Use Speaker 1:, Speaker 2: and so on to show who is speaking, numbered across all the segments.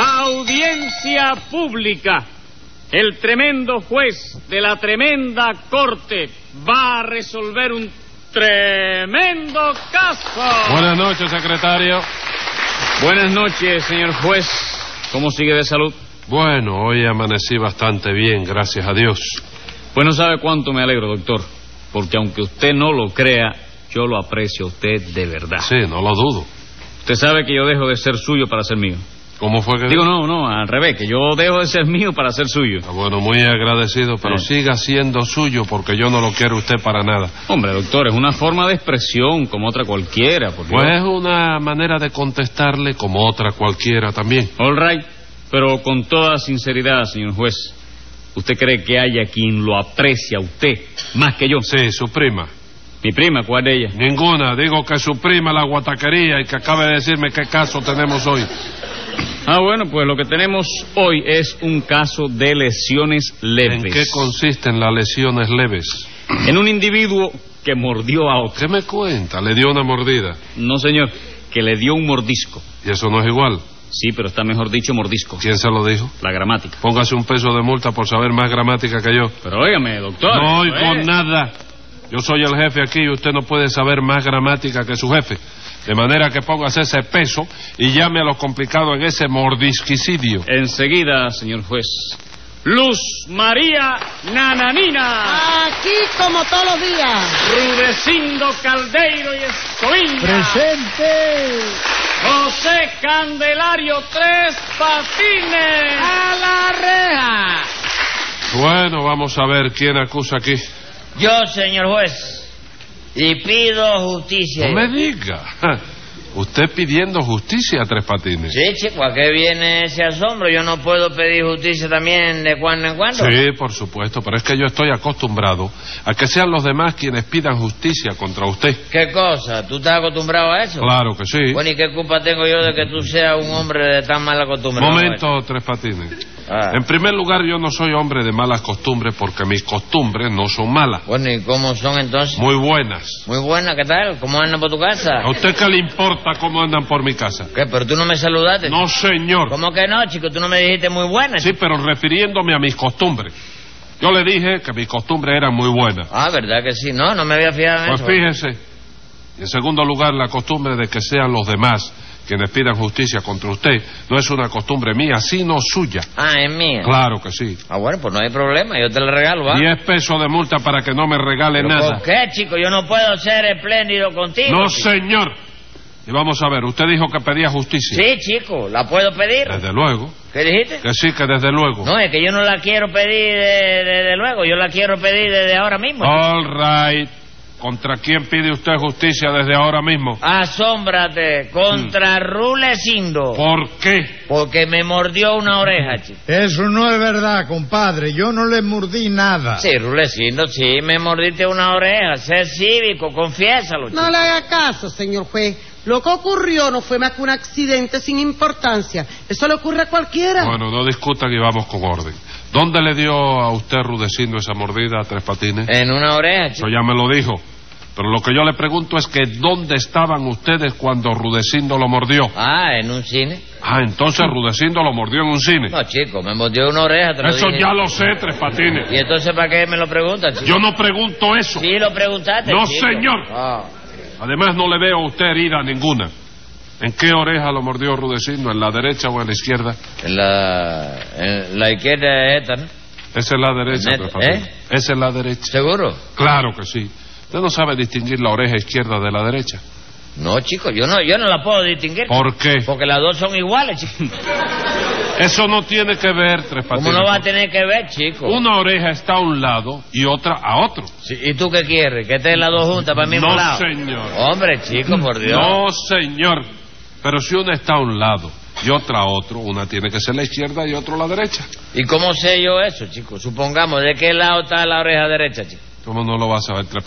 Speaker 1: Audiencia pública. El tremendo juez de la tremenda corte va a resolver un tremendo caso.
Speaker 2: Buenas noches, secretario.
Speaker 1: Buenas noches, señor juez. ¿Cómo sigue de salud?
Speaker 2: Bueno, hoy amanecí bastante bien, gracias a Dios.
Speaker 1: Pues no sabe cuánto me alegro, doctor. Porque aunque usted no lo crea, yo lo aprecio a usted de verdad.
Speaker 2: Sí, no lo dudo.
Speaker 1: Usted sabe que yo dejo de ser suyo para ser mío.
Speaker 2: ¿Cómo fue que...
Speaker 1: Digo, no, no, al revés, que yo dejo de ser mío para ser suyo.
Speaker 2: Ah, bueno, muy agradecido, pero
Speaker 1: Sí.
Speaker 2: siga siendo suyo porque yo no lo quiero a usted para nada.
Speaker 1: Hombre, doctor, es una forma de expresión como otra cualquiera. Porque...
Speaker 2: Pues es una manera de contestarle como otra cualquiera también.
Speaker 1: All right, pero con toda sinceridad, señor juez, ¿usted cree que haya quien lo aprecie a usted más que yo?
Speaker 2: Sí, su prima.
Speaker 1: Mi prima, ¿cuál de ella?
Speaker 2: Ninguna. Digo que su prima la guataquería y que acabe de decirme qué caso tenemos hoy.
Speaker 1: Ah, bueno, pues lo que tenemos hoy es un caso de lesiones leves.
Speaker 2: ¿En qué consisten las lesiones leves?
Speaker 1: En un individuo que mordió a otro.
Speaker 2: ¿Qué me cuenta? Le dio una mordida.
Speaker 1: No, señor, que le dio un mordisco.
Speaker 2: Y eso no es igual.
Speaker 1: Sí, pero está mejor dicho mordisco.
Speaker 2: ¿Quién se lo dijo?
Speaker 1: La gramática.
Speaker 2: Póngase un peso de multa por saber más gramática que yo.
Speaker 1: Pero óigame, doctor. pues.
Speaker 2: No
Speaker 1: esto
Speaker 2: oigo
Speaker 1: es-
Speaker 2: nada. Yo soy el jefe aquí y usted no puede saber más gramática que su jefe. De manera que póngase ese peso y llame a lo complicado en ese mordisquicidio.
Speaker 1: Enseguida, señor juez. Luz María Nananina,
Speaker 3: Aquí como todos los días.
Speaker 1: Rudecindo Caldeiro y Escoviña, José Candelario Tres Patines, a la reja.
Speaker 2: Bueno, vamos a ver quién acusa aquí.
Speaker 4: Yo, señor juez, y pido justicia.
Speaker 2: No me diga. Ja. Usted pidiendo justicia a Tres Patines.
Speaker 4: Sí, chico, ¿a qué viene ese asombro? Yo no puedo pedir justicia también de cuando en cuando.
Speaker 2: Sí, por supuesto, pero es que yo estoy acostumbrado a que sean los demás quienes pidan justicia contra usted.
Speaker 4: ¿Qué cosa? ¿Tú estás acostumbrado a eso?
Speaker 2: Claro que sí.
Speaker 4: Bueno, ¿y qué culpa tengo yo de que tú seas un hombre de tan mala costumbre?
Speaker 2: Momento, Em- Tres Patines.
Speaker 4: Ah.
Speaker 2: En primer lugar, yo no soy hombre de malas costumbres porque mis costumbres no son malas,
Speaker 4: Bueno, ¿y cómo son entonces?
Speaker 2: muy buenas.
Speaker 4: Muy buena, ¿qué tal? ¿Cómo andan por tu casa?
Speaker 2: ¿A usted qué le importa cómo andan por mi casa?
Speaker 4: ¿Qué? ¿Pero tú no me saludaste?
Speaker 2: No, señor.
Speaker 4: ¿Cómo que no, chico? ¿Tú no me dijiste muy buena?
Speaker 2: Sí, pero refiriéndome a mis costumbres. Yo le dije que mis costumbres eran muy buenas.
Speaker 4: Ah, ¿verdad que sí? No, no me había fijado en
Speaker 2: Pues
Speaker 4: eso.
Speaker 2: fíjese. Y En segundo lugar, la costumbre de que sean los demás quienes pidan justicia contra usted no es una costumbre mía, sino suya.
Speaker 4: Ah, es mía.
Speaker 2: Claro que sí.
Speaker 4: Ah, bueno, pues no hay problema, yo te la regalo, ¿va?
Speaker 2: Diez pesos de multa para que no me regale
Speaker 4: ¿Pero
Speaker 2: nada.
Speaker 4: ¿Por qué, chico? Yo no puedo ser espléndido contigo.
Speaker 2: No,
Speaker 4: chico.
Speaker 2: señor. Y vamos a ver, usted dijo que pedía justicia.
Speaker 4: Sí, chico, la puedo pedir.
Speaker 2: Desde luego.
Speaker 4: ¿Qué dijiste?
Speaker 2: Que sí, que desde luego.
Speaker 4: No, es que yo no la quiero pedir desde de, de luego, yo la quiero pedir desde ahora mismo.
Speaker 2: All right. ¿Contra quién pide usted justicia desde ahora
Speaker 1: Ah.
Speaker 2: mismo?
Speaker 4: Asómbrate
Speaker 1: Mm.
Speaker 4: contra Rulecindo.
Speaker 2: ¿Por qué?
Speaker 4: Porque me mordió una
Speaker 1: Mm.
Speaker 4: oreja, chico.
Speaker 5: Eso no es verdad, compadre. Yo no le mordí nada.
Speaker 4: Sí, Rulecindo, sí, me mordiste una oreja. Sé cívico, confiésalo, chico.
Speaker 3: No le haga caso, señor juez. Lo que ocurrió no fue más que un accidente sin importancia. Eso le ocurre a cualquiera.
Speaker 2: Bueno, no discutan y vamos con orden. ¿Dónde le dio a usted Rudecindo esa mordida a Tres Patines?
Speaker 1: En una oreja,
Speaker 2: Eso
Speaker 1: chico.
Speaker 2: ya me lo dijo. Pero lo que yo le pregunto es que ¿dónde estaban ustedes cuando Rudecindo lo mordió?
Speaker 1: Ah, en un cine.
Speaker 2: Ah, entonces Rudecindo lo mordió en un cine.
Speaker 1: No, chico, me mordió una oreja. te lo
Speaker 2: Eso
Speaker 1: dije.
Speaker 2: ya lo sé, Tres Patines.
Speaker 1: ¿Y entonces para qué me lo preguntas, chico?
Speaker 2: Yo no pregunto eso.
Speaker 1: Sí, lo preguntaste.
Speaker 2: No,
Speaker 1: chico.
Speaker 2: señor.
Speaker 1: Ah.
Speaker 2: Además, no le veo a usted herida ninguna. ¿En qué oreja lo mordió Rudecindo? ¿En la derecha o en la izquierda?
Speaker 1: En la, en la izquierda es esta, ¿no?
Speaker 2: Esa es la derecha,
Speaker 1: Neta,
Speaker 2: Tres Patines.
Speaker 1: ¿eh?
Speaker 2: Esa es la derecha.
Speaker 1: ¿Seguro?
Speaker 2: Claro que sí. Usted no sabe distinguir la oreja izquierda de la derecha.
Speaker 1: No, chico, yo no, yo no la puedo distinguir.
Speaker 2: ¿Por qué?
Speaker 1: Porque las dos son iguales, chico.
Speaker 2: Eso no tiene que ver, Tres
Speaker 1: ¿Cómo
Speaker 2: Patines.
Speaker 1: no va a tener que ver, chico?
Speaker 2: Una oreja está a un lado y otra a otro.
Speaker 1: Sí, ¿Y tú qué quieres? ¿Que estén las dos juntas para el mismo
Speaker 2: No,
Speaker 1: lado?
Speaker 2: señor.
Speaker 1: Hombre, chico, por Dios.
Speaker 2: No, señor. Pero si una está a un lado y otra a otro, una tiene que ser la izquierda y otra la derecha.
Speaker 1: ¿Y cómo sé yo eso, chico? Supongamos, ¿de qué lado está la oreja derecha, chico?
Speaker 2: ¿Cómo no lo va a saber Tres Patines?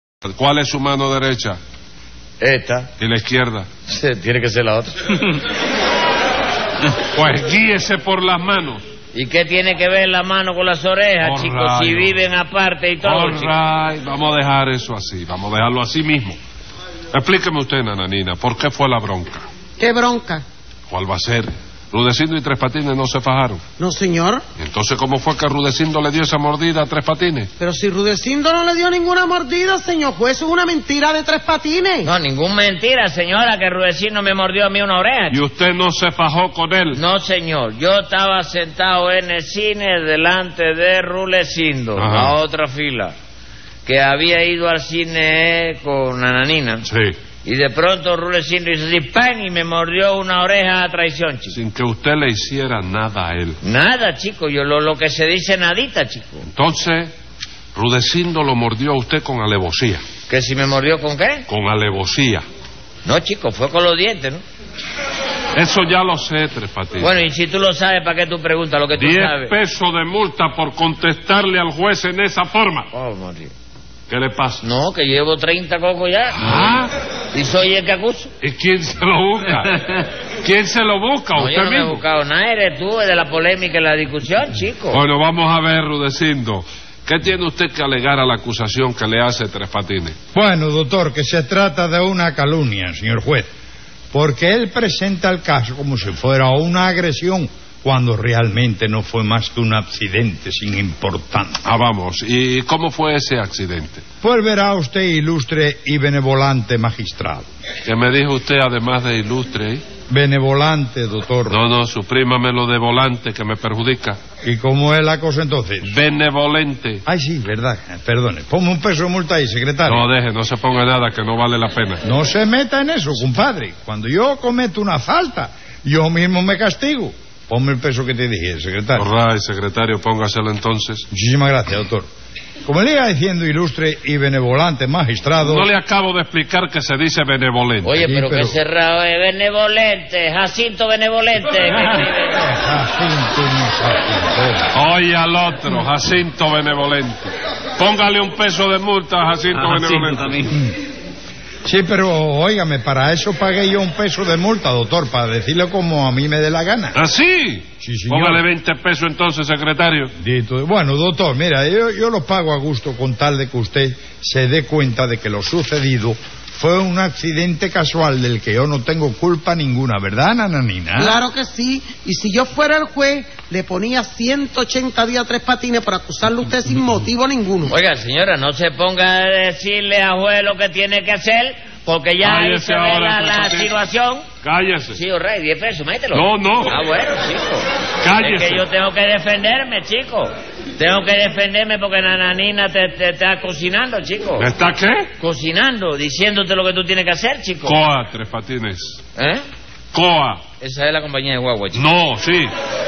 Speaker 2: ¿Cuál es su mano derecha
Speaker 1: Esta.
Speaker 2: y la izquierda?
Speaker 1: Tiene que ser la otra.
Speaker 2: Pues guíese por las manos.
Speaker 1: ¿Y qué tiene que ver la mano con las orejas,
Speaker 2: Oh,
Speaker 1: chico? Si
Speaker 2: rayos.
Speaker 1: viven aparte y todo,
Speaker 2: All
Speaker 1: chico.
Speaker 2: right, vamos a dejar eso así, vamos a dejarlo así mismo. Explíqueme usted, Nananina, ¿por qué fue la bronca?
Speaker 3: Qué bronca.
Speaker 2: ¿Cuál va a ser? Rudecindo y Tres Patines no se fajaron.
Speaker 3: No, señor.
Speaker 2: ¿Y Entonces, ¿cómo fue que Rudecindo le dio esa mordida a Tres Patines?
Speaker 3: Pero si Rudecindo no le dio ninguna mordida, señor juez, eso es una mentira de tres patines.
Speaker 1: No, ningún mentira, señora, que Rudecino me mordió a mí una oreja,
Speaker 2: Y usted no se fajó con él.
Speaker 1: No, señor. Yo estaba sentado en el cine delante de Rulecindo,
Speaker 2: Ajá.
Speaker 1: a otra fila, que había ido al cine con Ananina.
Speaker 2: Sí.
Speaker 1: Y de pronto Rulecindo hizo así, ¡pam! Y me mordió una oreja a traición, chico.
Speaker 2: Sin que usted le hiciera nada a él.
Speaker 1: Nada, chico. Yo lo, lo que se dice nadita, chico.
Speaker 2: Entonces, Rudecindo lo mordió a usted con alevosía.
Speaker 1: ¿Que si me mordió con qué?
Speaker 2: Con alevosía.
Speaker 1: No, chico, fue con los dientes, ¿no?
Speaker 2: Eso ya lo sé, Tres Patines.
Speaker 1: Bueno, y si tú lo sabes, ¿para qué tú preguntas lo que tú
Speaker 2: Diez
Speaker 1: sabes?
Speaker 2: pesos de multa por contestarle al juez en esa forma.
Speaker 1: Oh, María.
Speaker 2: ¿Qué le pasa?
Speaker 1: No, que llevo 30 cocos ya.
Speaker 2: ¿Ah?
Speaker 1: Y soy el que acuso.
Speaker 2: ¿Y quién se lo busca? ¿Quién se lo busca?
Speaker 1: No,
Speaker 2: ¿Usted
Speaker 1: yo no me he
Speaker 2: mismo?
Speaker 1: buscado nada, eres tú, de la polémica y la discusión, chico.
Speaker 2: Bueno, vamos a ver, Rudecindo. ¿Qué tiene usted que alegar a la acusación que le hace Tres Patines?
Speaker 5: Bueno, doctor, que se trata de una calumnia, señor juez, porque él presenta el caso como si fuera una agresión cuando realmente no fue más que un accidente sin importancia.
Speaker 2: Ah, vamos. ¿Y cómo fue ese accidente?
Speaker 5: Pues verá usted, ilustre y benevolante magistrado.
Speaker 2: Que me dijo usted, además de ilustre, ¿eh?
Speaker 5: Benevolante, doctor.
Speaker 2: No, no, suprímame lo de volante que me perjudica.
Speaker 5: ¿Y cómo es la cosa entonces?
Speaker 2: Benevolente.
Speaker 5: Ay, sí, verdad. Eh, Perdone. Ponme un peso de multa ahí, secretario.
Speaker 2: No deje, no se ponga nada que no vale la pena.
Speaker 5: No se meta en eso, compadre. Cuando yo cometo una falta, yo mismo me castigo. Ponme el peso que te dije, secretario.
Speaker 2: All right, secretario, póngaselo entonces.
Speaker 5: Muchísimas gracias, doctor. Como le iba diciendo, ilustre y benevolante magistrado.
Speaker 2: No le acabo de explicar que se dice benevolente.
Speaker 4: Oye,
Speaker 5: Sí,
Speaker 4: pero,
Speaker 5: pero-
Speaker 4: qué cerrado es. Benevolente, Jacinto Benevolente. que escribe.
Speaker 5: Jacinto, mi Jacinto.
Speaker 2: Oye al otro, Jacinto Benevolente. Póngale un peso de multa a Jacinto
Speaker 1: Ah, sí,
Speaker 2: Benevolente.
Speaker 1: también.
Speaker 5: Sí, pero óigame, para eso pagué yo un peso de multa, doctor, para decirlo como a mí me dé la gana.
Speaker 2: ¿Ah, sí?
Speaker 5: Sí, señor.
Speaker 2: Póngale 20 pesos entonces, secretario.
Speaker 5: Dito, Bueno, doctor, mira, yo, yo lo pago a gusto con tal de que usted se dé cuenta de que lo sucedido fue un accidente casual del que yo no tengo culpa ninguna, ¿verdad, Nananina?
Speaker 4: Ah.
Speaker 3: Claro que sí. Y si yo fuera el juez, le ponía 180 días a tres patines por acusarlo a usted sin motivo ninguno.
Speaker 4: Oiga, señora, no se ponga a decirle a juez lo que tiene que hacer, porque ya ahí
Speaker 2: Cállese
Speaker 4: se ve
Speaker 2: ahora,
Speaker 4: la, la
Speaker 2: Tres Patines.
Speaker 4: situación.
Speaker 2: Cállese.
Speaker 4: Sí, oh, rey, 10 pesos, mételo.
Speaker 2: No, no.
Speaker 4: Ah, bueno, chico.
Speaker 2: Cállese.
Speaker 4: Es que yo tengo que defenderme, chico. Tengo que defenderme porque Nananina te, te está cocinando, chico.
Speaker 2: ¿Está qué?
Speaker 4: Cocinando, diciéndote lo que tú tienes que hacer, chico.
Speaker 2: Coa, Tres Patines.
Speaker 4: ¿Eh?
Speaker 2: Coa.
Speaker 4: Esa es la compañía de guagua, Pues, chico.
Speaker 2: No, sí.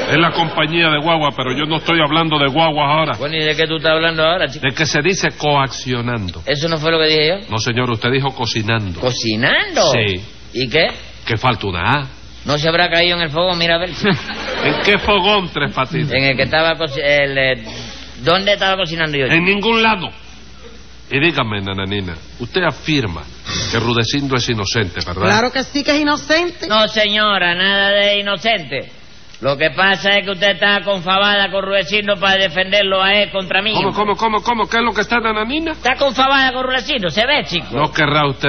Speaker 2: Es la compañía de guagua, pero yo no estoy hablando de guagua ahora.
Speaker 4: Bueno, ¿y de qué tú estás hablando ahora, Pues, chico?
Speaker 2: De que se dice coaccionando.
Speaker 4: ¿Eso no fue lo que dije yo?
Speaker 2: No, señor, usted dijo cocinando.
Speaker 4: ¿Cocinando?
Speaker 2: Sí.
Speaker 4: ¿Y qué?
Speaker 2: que falta una A.
Speaker 4: ¿No se habrá caído en el fuego? Mira, a ver. chico.
Speaker 2: ¿En qué fogón, Tres Patines?
Speaker 4: en el que estaba... coci- el, eh, ¿Dónde estaba cocinando yo? chico?
Speaker 2: En ningún lado. Y dígame, nananina, usted afirma que Rudecindo es inocente, ¿verdad?
Speaker 3: Claro que sí que es inocente.
Speaker 4: No, señora, nada de inocente. Lo que pasa es que usted está confabada con Rudecindo para defenderlo a él contra mí.
Speaker 2: ¿Cómo, cómo, cómo, cómo? ¿Qué es lo que está nananina?
Speaker 4: Está confabada con Rudecindo, se ve, chico.
Speaker 2: No querrá usted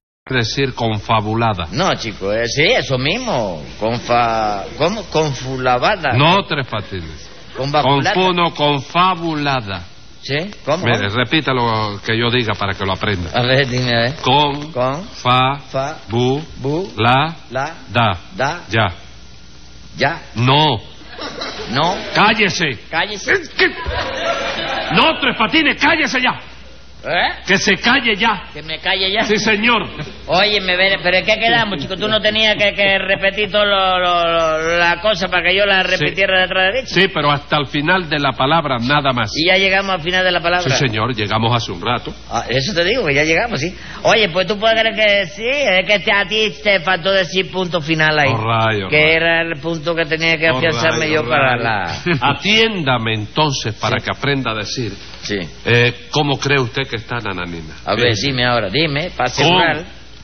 Speaker 2: decir confabulada.
Speaker 4: No, chico, eh, sí, eso mismo. Confa... ¿Cómo? Confulabada.
Speaker 2: No, Tres Patines.
Speaker 4: Convaculada.
Speaker 2: Confuno confabulada.
Speaker 4: ¿Sí? ¿Cómo?
Speaker 2: Mire, repita lo que yo diga para que lo aprenda.
Speaker 4: A ver, dime, a ver.
Speaker 2: Con,
Speaker 4: Con-
Speaker 2: fa,
Speaker 4: fa-
Speaker 2: bu,
Speaker 4: bu-
Speaker 2: la,
Speaker 4: La...
Speaker 2: da,
Speaker 4: Da...
Speaker 2: ya.
Speaker 4: Ya...
Speaker 2: No.
Speaker 4: No...
Speaker 2: Cállese.
Speaker 4: Cállese.
Speaker 2: No, Tres Patines, cállese ya.
Speaker 4: ¿Eh?
Speaker 2: Que se calle ya.
Speaker 4: Que me calle ya.
Speaker 2: Sí, señor.
Speaker 4: Oye, me ve- pero ¿en qué quedamos, chico? Tú no tenías que, que repetir toda la cosa para que yo la repitiera detrás de ti.
Speaker 2: Sí, pero hasta el final de la palabra, nada más.
Speaker 4: Y ya llegamos al final de la palabra.
Speaker 2: Sí, señor, llegamos hace un rato.
Speaker 4: Ah, eso te digo, que ya llegamos, sí. Oye, pues tú puedes creer que sí, es que te- a ti te faltó decir punto final ahí.
Speaker 2: Oh, rayos,
Speaker 4: que
Speaker 2: rayos.
Speaker 4: era el punto que tenía que afianzarme
Speaker 2: Alright,
Speaker 4: yo para
Speaker 2: alright.
Speaker 4: la...
Speaker 2: Atiéndame entonces para que aprenda a decir
Speaker 4: Sí.
Speaker 2: eh, cómo cree usted que está Nananina.
Speaker 4: A ver, dime ahora, dime, para cerrar.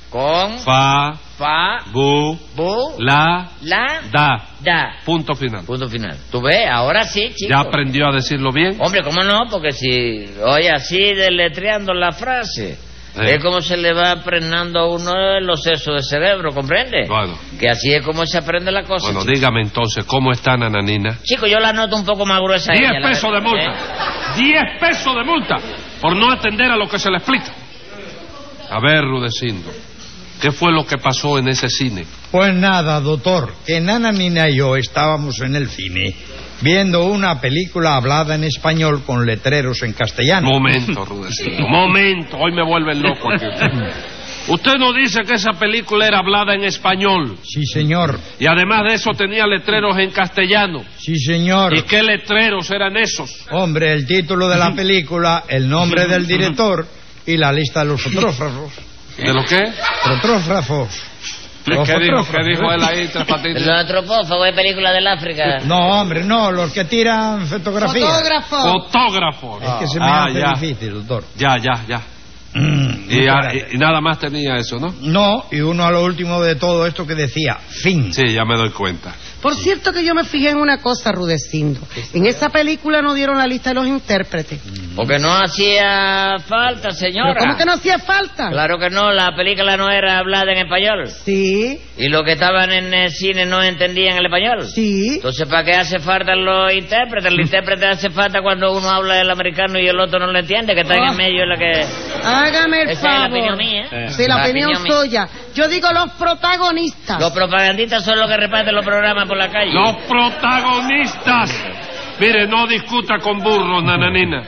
Speaker 4: Con,
Speaker 2: Fa,
Speaker 4: fa,
Speaker 2: bu,
Speaker 4: bu,
Speaker 2: la,
Speaker 4: la,
Speaker 2: da.
Speaker 4: da.
Speaker 2: Punto final.
Speaker 4: Punto final. ¿Tú ves? Ahora Pues sí, chico.
Speaker 2: ¿Ya aprendió a decirlo bien?
Speaker 4: Hombre, ¿cómo no? Porque si oye así deletreando la frase, es como se le va aprendiendo a uno los sesos de cerebro, ¿comprende?
Speaker 2: Bueno.
Speaker 4: Que así es como se aprende la cosa.
Speaker 2: Bueno,
Speaker 4: chico.
Speaker 2: dígame entonces, ¿cómo está Nananina?
Speaker 4: Chico, yo la noto un poco más gruesa. a
Speaker 2: Diez
Speaker 4: ella, la ¿Eh?
Speaker 2: pesos de
Speaker 4: verdad,
Speaker 2: multa. Diez pesos de multa por no atender a lo que se le explica. A ver, Rudecindo, ¿qué fue lo que pasó en ese cine?
Speaker 5: Pues nada, doctor, que Nana Nina y yo estábamos en el cine viendo una película hablada en español con letreros en castellano.
Speaker 2: Momento, Rudecindo, momento. Hoy me vuelven loco aquí. Usted no dice que esa película era hablada en español
Speaker 5: Sí, señor.
Speaker 2: y además de eso tenía letreros en castellano.
Speaker 5: Sí, señor.
Speaker 2: ¿Y qué letreros eran esos?
Speaker 5: Hombre, el título de la película, el nombre del director y la lista de los fotógrafos.
Speaker 2: ¿De lo qué?
Speaker 5: Fotógrafos. Los
Speaker 2: ¿Qué dijo, qué
Speaker 5: fotógrafos,
Speaker 2: dijo
Speaker 5: ¿eh?
Speaker 2: él ahí, Tres
Speaker 4: ¿eh?
Speaker 2: Patines?
Speaker 4: Los antropófagos de películas del África.
Speaker 5: No, hombre, no, los que tiran fotografías.
Speaker 3: Fotógrafo.
Speaker 2: Fotógrafo.
Speaker 5: Es que se me
Speaker 2: Ah,
Speaker 5: hace
Speaker 2: ya.
Speaker 5: difícil, doctor.
Speaker 2: Ya, ya, ya.
Speaker 5: Mm,
Speaker 2: Y,
Speaker 5: muchas
Speaker 2: ah,
Speaker 5: gracias.
Speaker 2: y- y nada más tenía eso, ¿no?
Speaker 5: No, y uno a lo último de todo esto que decía, fin.
Speaker 2: Sí, ya me doy cuenta.
Speaker 4: Oh,
Speaker 3: Por cierto que yo me fijé en una cosa, Rudecindo. En esa película no dieron la lista de los intérpretes.
Speaker 4: Porque no hacía falta,
Speaker 3: ¿Pero
Speaker 4: señora.
Speaker 3: cómo que no hacía falta?
Speaker 4: Claro que no, la película no era hablada en español.
Speaker 3: Sí,
Speaker 4: Y los que estaban en el cine no entendían el español.
Speaker 3: sí.
Speaker 4: Entonces, ¿para qué hace falta los intérpretes? El intérprete hace falta cuando uno habla el americano y el otro no lo entiende, que está
Speaker 3: Oh.
Speaker 4: en el medio de la que...
Speaker 3: Hágame el
Speaker 4: Esa es la
Speaker 3: favor.
Speaker 4: opinión mía, ¿eh?
Speaker 3: Sí, la,
Speaker 4: La
Speaker 3: opinión,
Speaker 4: opinión mía.
Speaker 3: suya. Yo digo los protagonistas.
Speaker 4: Los propagandistas son los que reparten los programas por la calle.
Speaker 2: Los protagonistas. Mire, no discuta con burros, nananina.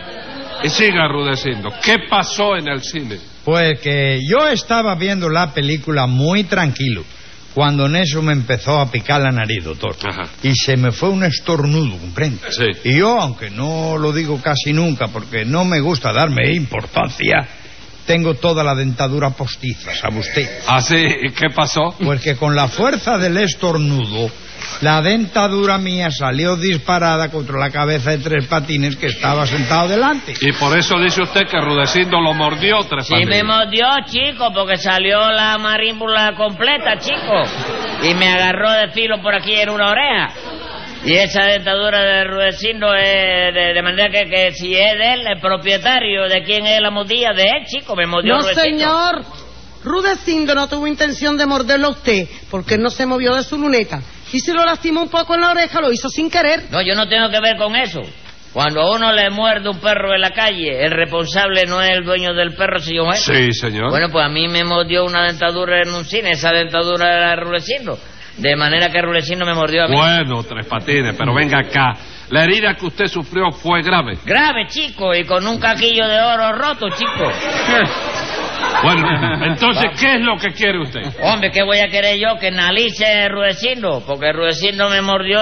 Speaker 2: Y siga arrudeciendo. ¿Qué pasó en el cine?
Speaker 5: Pues que yo estaba viendo la película muy tranquilo cuando en eso me empezó a picar la nariz, doctor.
Speaker 2: Ajá.
Speaker 5: Y se me fue un estornudo, ¿comprende?
Speaker 2: Sí.
Speaker 5: Y yo, aunque no lo digo casi nunca porque no me gusta darme importancia, tengo toda la dentadura postiza, ¿sabe usted?
Speaker 2: Así, Ah, ¿y qué pasó?
Speaker 5: Porque con la fuerza del estornudo, la dentadura mía salió disparada contra la cabeza de tres patines que estaba sentado delante.
Speaker 2: Y por eso dice usted que Rudecindo lo mordió tres
Speaker 4: Sí me mordió, chico, porque salió la marímbula completa, chico. Y me agarró de filo por aquí en una oreja. Y esa dentadura de Rudecindo es de, de manera que, que si es de él, el propietario, ¿de quién es la mordida? De él, chico, me mordió
Speaker 3: No,
Speaker 4: Rudecindo.
Speaker 3: señor. Rudecindo no tuvo intención de morderlo a usted porque él no se movió de su luneta. Y si lo lastimó un poco en la oreja, lo hizo sin querer.
Speaker 4: No, yo no tengo que ver con eso. Cuando a uno le muerde un perro en la calle, el responsable no es el dueño del perro, sino él.
Speaker 2: Sí, señor.
Speaker 4: Bueno, pues a mí me mordió una dentadura en un cine, esa dentadura era Rudecindo. De manera que Rudecindo me mordió a mí.
Speaker 2: Bueno, tres patines, pero venga acá. La herida que usted sufrió fue grave.
Speaker 4: Grave, chico, y con un caquillo de oro roto, chico.
Speaker 2: Bueno, entonces, ¿qué es lo que quiere usted?
Speaker 4: Hombre, ¿qué voy a querer yo que analice Rudecindo? Porque Rudecindo me mordió.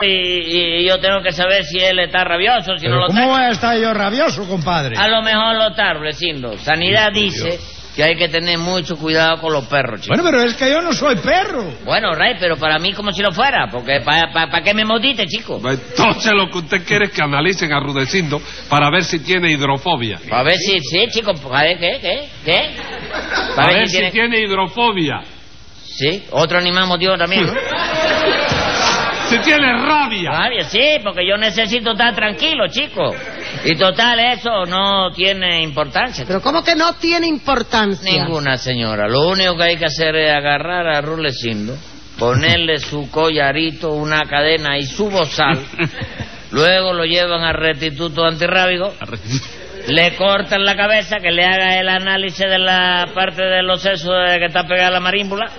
Speaker 4: Y, y yo tengo que saber si él está rabioso, si
Speaker 5: Pero
Speaker 4: no lo
Speaker 5: ¿Cómo
Speaker 4: está.
Speaker 5: voy a estar yo rabioso, compadre?
Speaker 4: A lo mejor lo está, Rudecindo. Sanidad dice que hay que tener mucho cuidado con los perros, chico.
Speaker 5: Bueno, pero es que yo no soy perro.
Speaker 4: Bueno, Ray, pero para mí como si lo fuera, porque ¿para pa, pa qué me modiste, chico?
Speaker 2: Entonces lo que usted quiere es que analicen a Rudecindo para ver si tiene hidrofobia.
Speaker 4: A ver si, sí, chico, a ver, ¿qué, qué, qué?
Speaker 2: Para ver si tiene hidrofobia.
Speaker 4: Sí, otro animal motivo también, ¿no?
Speaker 2: Si tiene rabia.
Speaker 4: Rabia, sí, porque yo necesito estar tranquilo, chico. Y total, eso no tiene importancia.
Speaker 3: Pero ¿cómo que no tiene importancia?
Speaker 4: Ninguna, señora. Lo único que hay que hacer es agarrar a Rulecindo, ponerle su collarito, una cadena y su bozal. Luego lo llevan al restituto antirrábico. Le cortan la cabeza, que le haga el análisis de la parte de los sesos de que está pegada la marímbula.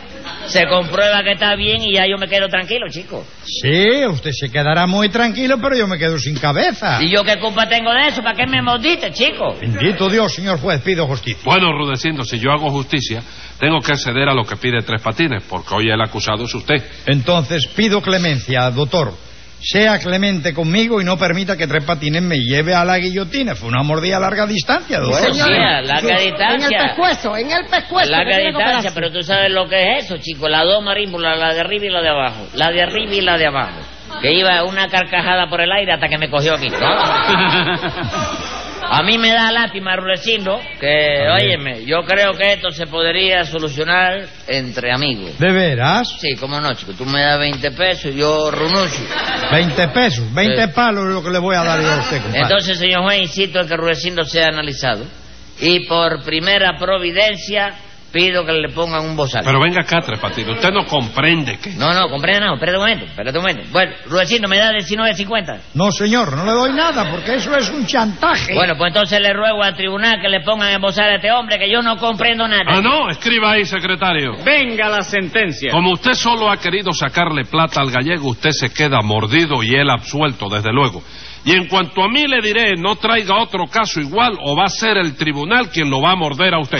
Speaker 4: Se comprueba que está bien y ya yo me quedo tranquilo, chico.
Speaker 5: Sí, usted se quedará muy tranquilo, pero yo me quedo sin cabeza.
Speaker 4: ¿Y yo qué culpa tengo de eso? ¿Para qué me mordiste, chico?
Speaker 5: Bendito Dios, señor juez, pido justicia.
Speaker 2: Bueno, Rudecindo, si yo hago justicia, tengo que acceder a lo que pide Tres Patines, porque hoy el acusado es usted.
Speaker 5: Entonces pido clemencia, doctor. Sea clemente conmigo y no permita que Tres Patines me lleve a la guillotina. Fue una mordida a larga distancia, doctor.
Speaker 4: Bueno, sí, a larga
Speaker 3: En el
Speaker 4: distancia.
Speaker 3: pescuezo, en el pescuezo.
Speaker 4: Larga
Speaker 3: que tiene
Speaker 4: distancia,
Speaker 3: cooperación.
Speaker 4: pero tú sabes lo que es eso, chico. Las dos marímbulas, la de arriba y la de abajo. La de arriba y la de abajo. Que iba una carcajada por el aire hasta que me cogió aquí. ¿no? A mí me da lástima, Rulecindo, que, óyeme, yo creo que esto se podría solucionar entre amigos.
Speaker 5: ¿De veras?
Speaker 4: Sí, cómo no, chico. Tú me das 20 pesos y yo renuncio.
Speaker 5: 20 pesos, 20
Speaker 4: Eh.
Speaker 5: palos es lo que le voy a dar yo a usted, compadre.
Speaker 4: Entonces, señor juez, insisto en que Rudecindo sea analizado. Y por primera providencia, pido que le pongan un bozal.
Speaker 2: Pero venga acá, Tres Patines, usted no comprende que...
Speaker 4: No, no, comprende, no. Espérate un momento, espérate un momento. Bueno, Rudecindo, ¿me da 19.50?
Speaker 5: No, señor, no le doy nada porque eso es un chantaje.
Speaker 4: Bueno, pues entonces le ruego al tribunal que le pongan en bozal a este hombre, que yo no comprendo nada.
Speaker 2: Ah, no, escriba ahí, secretario.
Speaker 6: Venga la sentencia.
Speaker 2: Como usted solo ha querido sacarle plata al gallego, usted se queda mordido y él absuelto, desde luego. Y en cuanto a mí le diré, no traiga otro caso igual o va a ser el tribunal quien lo va a morder a usted.